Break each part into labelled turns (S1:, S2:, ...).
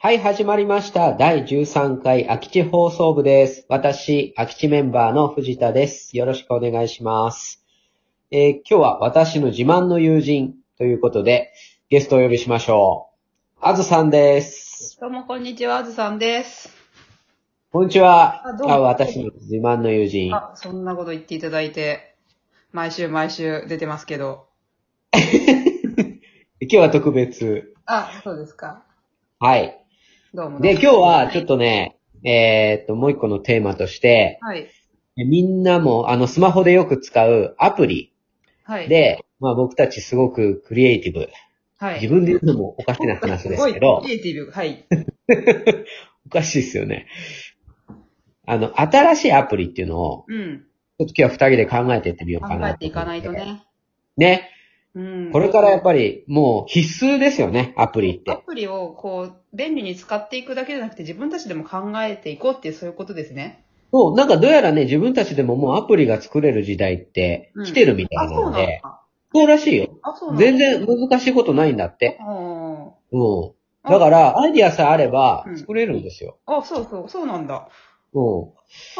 S1: はい、始まりました。第13回空き地放送部です。私、空き地メンバーの藤田です。よろしくお願いします。えー今日は私の自慢の友人ということで、ゲストをお呼びしましょう。あずさんです。
S2: どうも、こんにちは、あずさんです。
S1: こんにちは。
S2: あ
S1: あ
S2: どうも
S1: 私の自慢の友人。
S2: あ、そんなこと言っていただいて、毎週毎週出てますけど。
S1: 今日は特別。
S2: あ、そうですか。
S1: はい。
S2: どうも。
S1: で、今日はちょっとね、えーっと、もう一個のテーマとして、
S2: はい。
S1: みんなも、あの、スマホでよく使うアプリ
S2: はい。、
S1: で、まあ僕たちすごくクリエイティブ。
S2: はい。
S1: 自分で言うのもおかしな話ですけど
S2: すごいク、リエイティブ。はい。
S1: おかしいですよね。あの、新しいアプリっていうのを、
S2: うん。
S1: ちょっと今日は二人で考えていってみよう
S2: 考
S1: かな。
S2: えていかないと。ね。
S1: ね。
S2: うん。
S1: これからやっぱりもう必須ですよね、アプリっ
S2: ア
S1: て。
S2: プリをこう、便利に使っていくだけじゃなくて、自分たちでも考えていこうっていう、そういうことですね。
S1: そう、なんかどうやらね、自分たちでももうアプリが作れる時代って来てるみた
S2: あ、
S1: いな
S2: そう
S1: の
S2: なん
S1: で、
S2: だ。
S1: そうらしいよ。
S2: あ、そうなんだ。
S1: 全然難しいことないんだって。
S2: うん。
S1: うん。
S2: あ
S1: だから、アイディアさえあれば
S2: うん
S1: 作れるんですよ。
S2: あ、そうそう、そうなんだ。
S1: うん。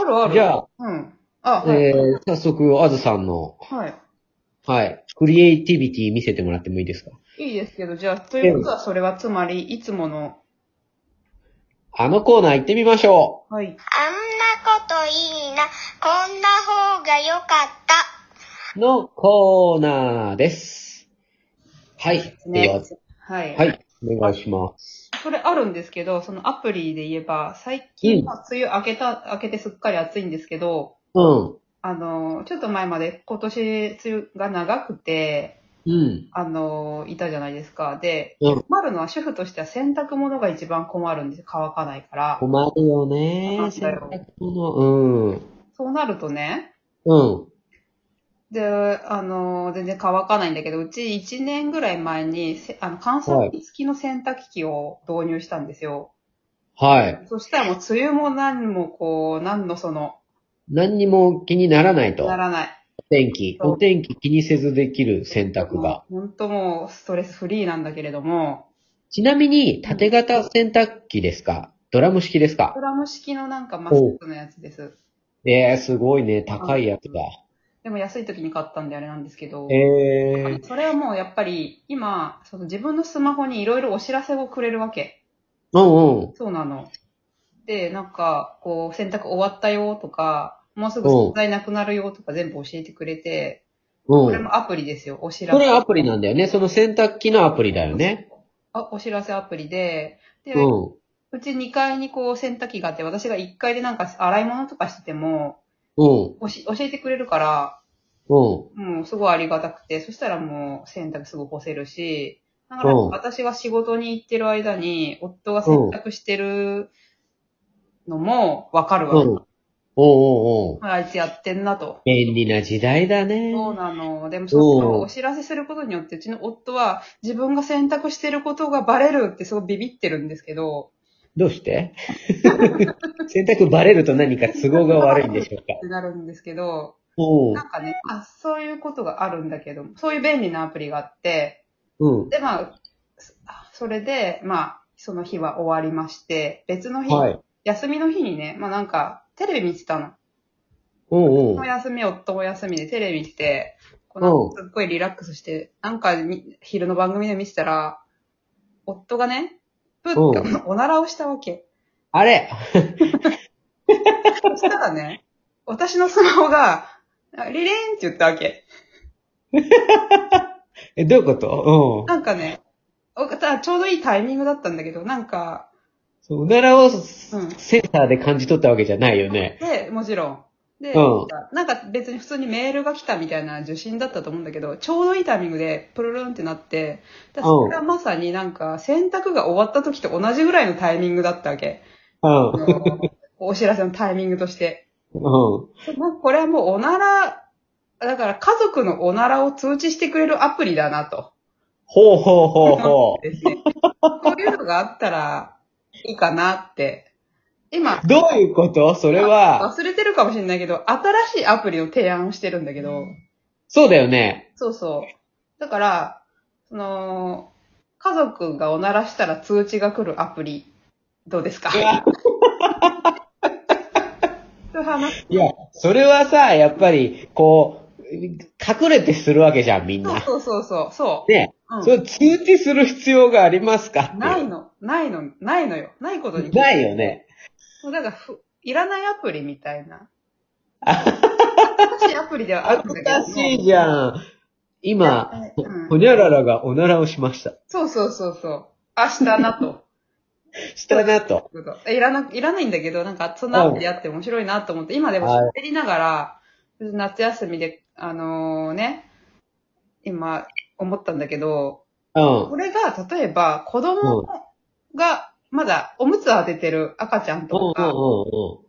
S2: あるある。
S1: じゃあ、
S2: うん。あ、はい。
S1: えー、早速、あずさんの
S2: はい。
S1: はい。クリエイティビティ見せてもらってもいいですか
S2: いいですけど、じゃあ、ということは、それはつまり、いつもの、
S1: あのコーナー行ってみましょ
S2: はい。
S3: あんなこといいな、こんな方が良かった。
S1: うのコーナーです。はい。では、
S2: はい。
S1: はい。お願いします。
S2: それあるんですけど、そのアプリで言えば、最近、
S1: うん
S2: まあ梅雨明けた、明けてすっかり暑いんですけど、
S1: うん。
S2: あの、ちょっと前まで今年梅雨が長くて、
S1: うん。
S2: あの、いたじゃないですか。で、
S1: うん
S2: 困るのは主婦としては洗濯物が一番困るんですよ。乾かないから。
S1: 困るよね
S2: 困。る
S1: 洗
S2: よ
S1: 濯物。うん。
S2: そうなるとね、
S1: うん。
S2: で、あの、全然乾かないんだけど、うち1年ぐらい前に、せあの、乾燥機付きの洗濯機を導入したんですよ。
S1: はい。
S2: そしたらもう、梅雨も何もこう、何のその、
S1: 何にも気にならないと。
S2: な
S1: お
S2: らない。
S1: 天気。
S2: そう
S1: お天気気にせずできる選択が。
S2: 本当もう、ストレスフリーなんだけれども、
S1: ちなみに、縦型洗濯機ですかドラム式ですか
S2: ドラム式のなんかマスクのやつです。
S1: えー、すごいね。高いやつだ。
S2: でも安い時に買ったんであれなんですけど、
S1: えー。
S2: それはもうやっぱり、今、その自分のスマホにいろいろお知らせをくれるわけ。
S1: うんうん。
S2: そうなの。で、なんか、こう、洗濯終わったよとか、もうすぐ洗剤なくなるよとか全部教えてくれて、こ
S1: う
S2: れ
S1: ん。
S2: もアプリですよ、お知ら
S1: こ
S2: せ。
S1: れアプリなんだよね。その洗濯機のアプリだよね。
S2: あ、お知らせアプリで、で、
S1: う。
S2: うんち2階にこう洗濯機があって、私が1階でなんか洗い物とかしてても、
S1: うん。
S2: おし教えてくれるから、
S1: うん。
S2: もうすごいありがたくて、そしたらもう洗濯すぐ干せるし、だから
S1: うん
S2: 私が仕事に行ってる間に、夫が洗濯してるのもわかる
S1: う
S2: わ
S1: ん。お
S2: け。
S1: うおうおう。
S2: まああいつやってんなと。
S1: 便利な時代だね。
S2: そうなの。でも、そのお知らせすることによって、うちの夫は自分が選択してることがバレるってすごいビビってるんですけど、
S1: どうして 洗濯バレると何か都合が悪いんでしょうか
S2: っ。てなるんですけど、
S1: おう
S2: なんかね、あ、そういうことがあるんだけど、そういう便利なアプリがあって、
S1: うん。
S2: で、まあ、そそれで、まあ、その日は終わりまして、別の日、
S1: はい。
S2: 休みの日にね、まあなんか、テレビ見てたの。
S1: おうお
S2: お
S1: う。
S2: 休み、夫お休みでテレビ見て、こ
S1: お
S2: の
S1: う
S2: すっごいリラックスして、なんかに昼の番組で見てたら、夫がね、プ
S1: お
S2: ッ
S1: う
S2: とおならをしたわけ。
S1: あれ
S2: そしたらね、私のスマホが、リリーンって言ったわけ。
S1: え、どういうことうん。
S2: なんかね、おたちょうどいいタイミングだったんだけど、なんか、
S1: そう、おならをセ
S2: うん
S1: ンサーで感じ取ったわけじゃないよね。
S2: で、もちろん。で、
S1: うん
S2: なんか別に普通にメールが来たみたいな受信だったと思うんだけど、ちょうどいいタイミングでプルルンってなって、だから
S1: うん
S2: それがまさになんか洗濯が終わった時と同じぐらいのタイミングだったわ け。
S1: うん。
S2: あのお知らせのタイミングとして。
S1: うん。
S2: そまあこれはもうおなら、だから家族のおならを通知してくれるアプリだなと。
S1: ほうほうほうほ
S2: で すね。こういうのがあったらいいかなって。今
S1: う。、どういうことそれ は、
S2: 忘れてるかもしれないけど、新しいアプリを提案をしてるんだけど、
S1: そうだよね。
S2: そうそう。だから、その、家族がおならしたら通知が来るアプリどうですか
S1: いや
S2: そういう話
S1: いや、それはさ、やっぱり、こう、隠れてするわけじゃん、みんな。
S2: そうそうそうそう。そ
S1: ね。
S2: う。
S1: それ通知する必要がありますかって
S2: うん。ないの。ないの。ないのよ。ないことに。
S1: ないよね。
S2: もうだからふ、いらないアプリみたいな。私アプリではあるん
S1: 恥
S2: だけ
S1: ず
S2: ど。
S1: かしいじゃん。今
S2: はい、うん
S1: ほにゃららがおならをしました。
S2: そうそうそうそう。あ、したなと。
S1: したなと。
S2: えいらな、いらないんだけど、なんか、そんなアプリあって面白いなと思って、今でも喋りながら、夏休みで、あのね、今、思ったんだけど、
S1: うん。
S2: これが、例えば、子供が、まだ、おむつ当ててる赤ちゃん
S1: うん
S2: と
S1: うん
S2: か、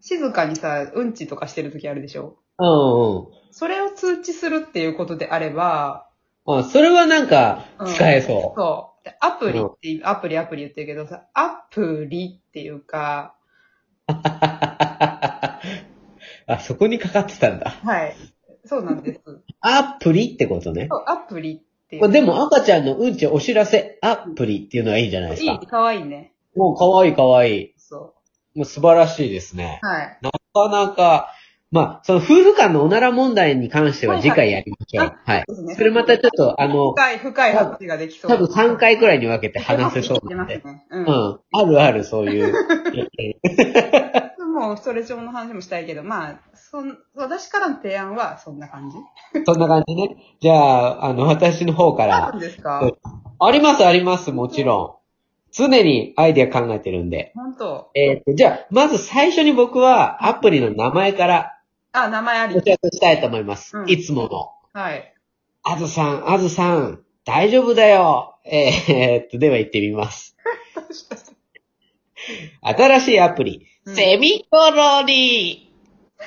S2: 静かにさ、うんちとかしてる時あるでしょ
S1: うんうん。うん
S2: それを通知するっていうことであれば、
S1: うん。あ、それはなんか
S2: う、ん
S1: 使え そ
S2: そう。でアプリっていう、アプリアプリ言ってるけどさ、アプリっていうか、
S1: う。あ、そこにかかってたんだ。
S2: はい。そうなんです。
S1: アプリってことね。
S2: そうアプリっていう
S1: まあでも赤ちゃんのうんちお知らせ、アプリっていうのはいいんじゃないです
S2: い
S1: か
S2: い、。かわいいね。
S1: もう可愛い可愛い。
S2: そ
S1: もう素晴らしいですね。
S2: う。はい。
S1: なかなか、まあ、その夫婦間のおなら問題に関しては次回やりましょう。はい。
S2: そうですね
S1: それまたちょっと、あの、
S2: 深い、深い話ができそう。
S1: 多分3回くらいに分けて話せそう
S2: 出
S1: な
S2: ま
S1: ん
S2: す
S1: で。
S2: ね。う。
S1: うんん。あるある、そういう。
S2: もう、ストレッチョの話もしたいけど、まあ、そん、私からの提案はそんな感じ。
S1: そんな感じね。じゃあ、あの、私の方か
S2: あ
S1: ら。
S2: るんですか
S1: そうあります、あります、もちろん。常にアイデア考えてるんで。
S2: 本当
S1: えーと、じゃあ、まず最初に僕はアプリの名前から
S2: あ、名前あ
S1: お
S2: り。
S1: 知らせしたいと思います。
S2: うん
S1: いつもの。
S2: はい。
S1: あずさん、あずさん、大丈夫だよ。えーえーっと、では行ってみます。新しいアプリ、
S2: うん
S1: セミコロリー。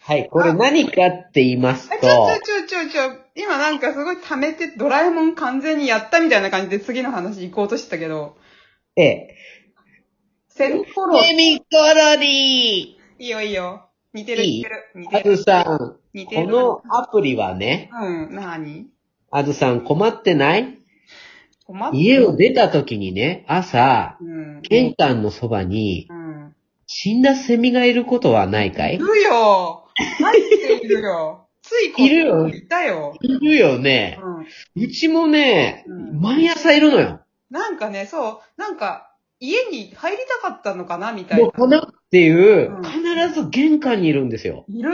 S1: はい、これ何かって言います
S2: え、ちょ
S1: と、
S2: ちょちょちょちょ、今なんかすごい溜めて、ドラえもん完全にやったみたいな感じで次の話行こうとしてたけど、
S1: え
S2: セミフォロ
S1: ー、
S2: ー、
S1: セミコロリ
S2: いいよいいよ。似てる、
S1: いい
S2: 似てる、似
S1: ー。あ
S2: てる
S1: ず。さん、
S2: 似て
S1: こ
S2: る。
S1: のアプリはね、
S2: うん、なに
S1: あずさん困ってない
S2: 困って
S1: 家を出た時にね、朝、
S2: うん。
S1: 玄関のそばに
S2: うん。
S1: 死んだセミがいることはないか
S2: い
S1: い
S2: るよマジでい るよつい
S1: いるよ
S2: いたよ。
S1: いるよね。
S2: うん。
S1: うちもね、
S2: うん
S1: 毎朝いるのよ。
S2: なんかね、そう、なんか、家に入りたかったのかなみたい
S1: もうこ
S2: な。
S1: のっていう
S2: う、ん
S1: 必ず玄関にいるんですよ。
S2: いる。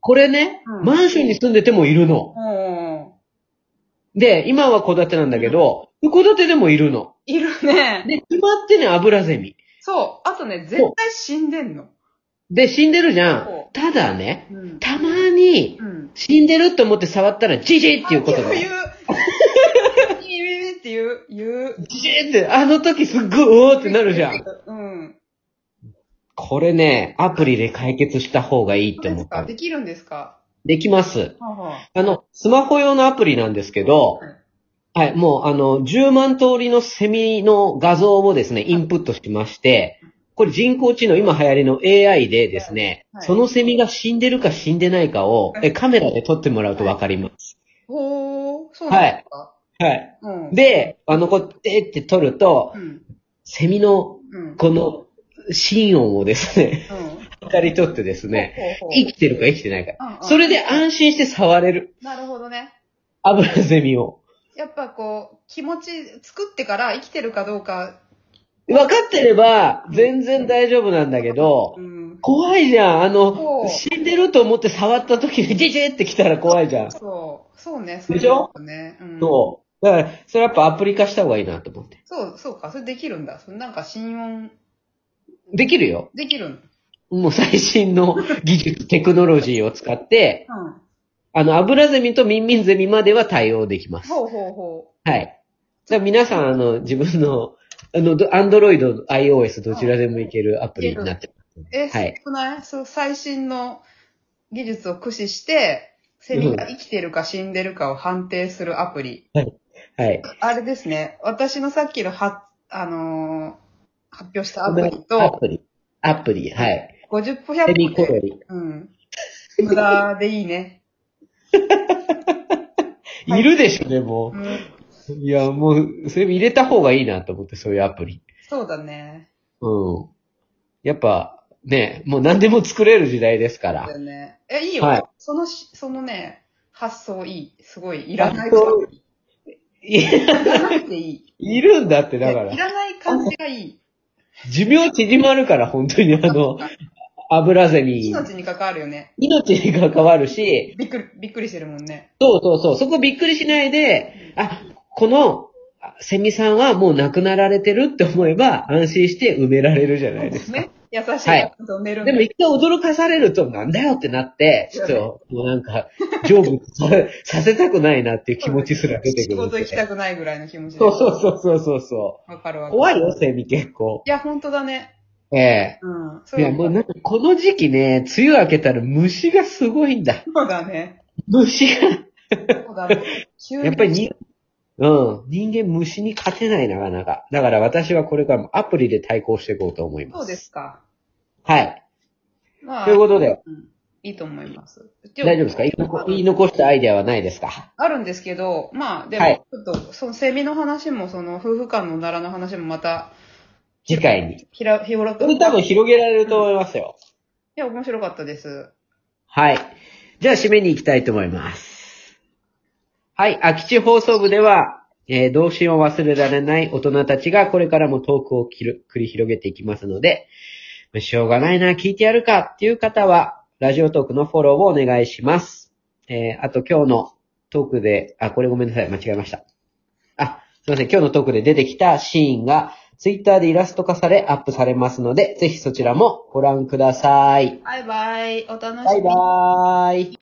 S1: これね、
S2: うん
S1: マンションに住んでてもいるの。
S2: うん。
S1: で、今は戸建てなんだけど、戸建てでもいるの。
S2: いるね。
S1: で、決まってね、油ゼミ。
S2: そう。あとね、絶対死んでんの。
S1: で、死んでるじゃん
S2: そ。
S1: ただね、
S2: うん。
S1: たまに
S2: う、ん。
S1: 死んでると思って触ったら、ジジイっていうことが。
S2: あ言
S1: ジ
S2: う言う。言うって言う。言う。
S1: ジイって、あの時すっごい、おーってなるじゃん。
S2: うん。
S1: これね、アプリで解決した方がいいって
S2: どうで
S1: 思
S2: す
S1: っ
S2: か
S1: た。
S2: できるんですか
S1: できます。
S2: はあは
S1: あの、スマホ用のアプリなんですけど、はい、もうあの、10万通りのセミの画像をですね、インプットしまして、これ人工知能、今流行りの AI でですね、
S2: はいはい
S1: そのセミが死んでるか死んでないかを、
S2: はい
S1: えカメラで撮ってもらうとわかります。
S2: ほー、そうなんですか
S1: はい。
S2: うん。
S1: で、あの、こう、えって撮ると
S2: う、ん。
S1: セミの、
S2: うん。
S1: この、心音をですね、
S2: うん。
S1: 測り取ってですね、
S2: ほうほうほう
S1: 生きてるか生きてないか。
S2: うんうん
S1: それで安心して触れる。
S2: なるほどね。
S1: アブラゼミを。
S2: やっぱこう、気持ち作ってから生きてるかどうか。
S1: 分かってれば、全然大丈夫なんだけど
S2: う、ん。
S1: 怖いじゃん。あ
S2: そ
S1: の、
S2: う
S1: 死んでると思って触った時にジジって来たら怖いじゃん。
S2: そう。そうね。
S1: でしょ
S2: そうね。うん。
S1: そう。だから、それやっぱアプリ化した方がいいなと思って。
S2: そう、そうか。それできるんだ。それなんか心音、
S1: できるよ。
S2: できるん
S1: もう最新 の技術、テクノロジーを使って、
S2: うん。
S1: あの、アブラゼミとミンミンゼミまでは対応できます。
S2: ほうほうほ
S1: はい。じゃあ皆さん、あの、自分の、あの、アンドロイド、iOS どちらでもいけるアプリになってます。
S2: う。え、
S1: はい
S2: 少ないそう、最新の技術を駆使して、セミが生きてるか死んでるかを判定するアプリ。
S1: はい。
S2: あれですね。私のさっきのは、あのー発表したアプリ
S1: ア
S2: と、
S1: プリ。アプリ、はい。
S2: 50歩
S1: セ
S2: 100
S1: ミ
S2: 歩
S1: コロ
S2: で、
S1: リ。
S2: うん。無駄でいいね。はい
S1: いるでしょ、でも
S2: う。ん、
S1: いや、もう、それ入れた方がいいなと思って、そういうアプリ。
S2: そうだね。
S1: うん。やっぱ、ね、もう何でも作れる時代ですから
S2: だ。よね。え、いいよ。
S1: はい
S2: そのし、そのね、発想いい。すごい、いらない感じ。
S1: い
S2: いらなくていい。
S1: いるんだって、だから。
S2: いらない感じがいい。
S1: 寿命縮まるから、本当にあの、油ゼミ。
S2: 命に関わるよね。
S1: 命に関わるし、
S2: びっくり、びっくりしてるもんね。
S1: そうそうそう、そこびっくりしないで、あ、この、あセミさんはもう亡くなられてるって思えば安心して埋められるじゃないですか。
S2: ね。優しい。
S1: はい
S2: 埋めるん
S1: で
S2: だ
S1: も一回驚かされるとなんだよってなって、ちょっともうなんか、成仏ささせたくないなっていう気持ちすら出てく
S2: 仕
S1: るん
S2: 事
S1: で
S2: 行き
S1: すよ。
S2: たくないぐらいの気持ちで。
S1: そうそうそうそうそうそ
S2: わかるわ
S1: う。
S2: かる。
S1: 怖いよ、セミ結構。
S2: いや、本当だね。
S1: ええ
S2: うん。そ
S1: いうや、
S2: だ
S1: もう
S2: ね。
S1: なんかこの時期ね、梅雨明けたら虫がすごいんだ。
S2: そうだね。
S1: 虫が
S2: そうだね。急 に
S1: やっぱりに、うん、人間虫に勝てないなかなか。だから私はこれからもアプリで対抗していこうと思います。
S2: そうですか。
S1: はい。
S2: まあ、
S1: ということで、
S2: うんいいと思います。
S1: 大丈夫ですか言い残言い残したアイデアはないですか
S2: あるんですけど、まあ、で
S1: はい
S2: も、ちょっと、そのセミの話も、その、夫婦間のならの話もまた、
S1: 次回に。
S2: ひら、ひよら
S1: こ
S2: く
S1: れ
S2: い
S1: 多分広げられると思いますよ。
S2: や、面白かったです。
S1: はい。じゃあ締めに行きたいと思います。はい。空き地放送部では、えー童心を忘れられない大人たちがこれからもトークを切る繰り広げていきますので、まあしょうがないな、聞いてやるかっていう方は、ラジオトークのフォローをお願いします。えーあと今日のトークで、あ、これごめんなさい、間違えました。あ、すいません、今日のトークで出てきたシーンが、ツイッターでイラスト化されアップされますので、ぜひそちらもご覧ください。
S2: バイバイ。お楽しみに。
S1: バイバーイ。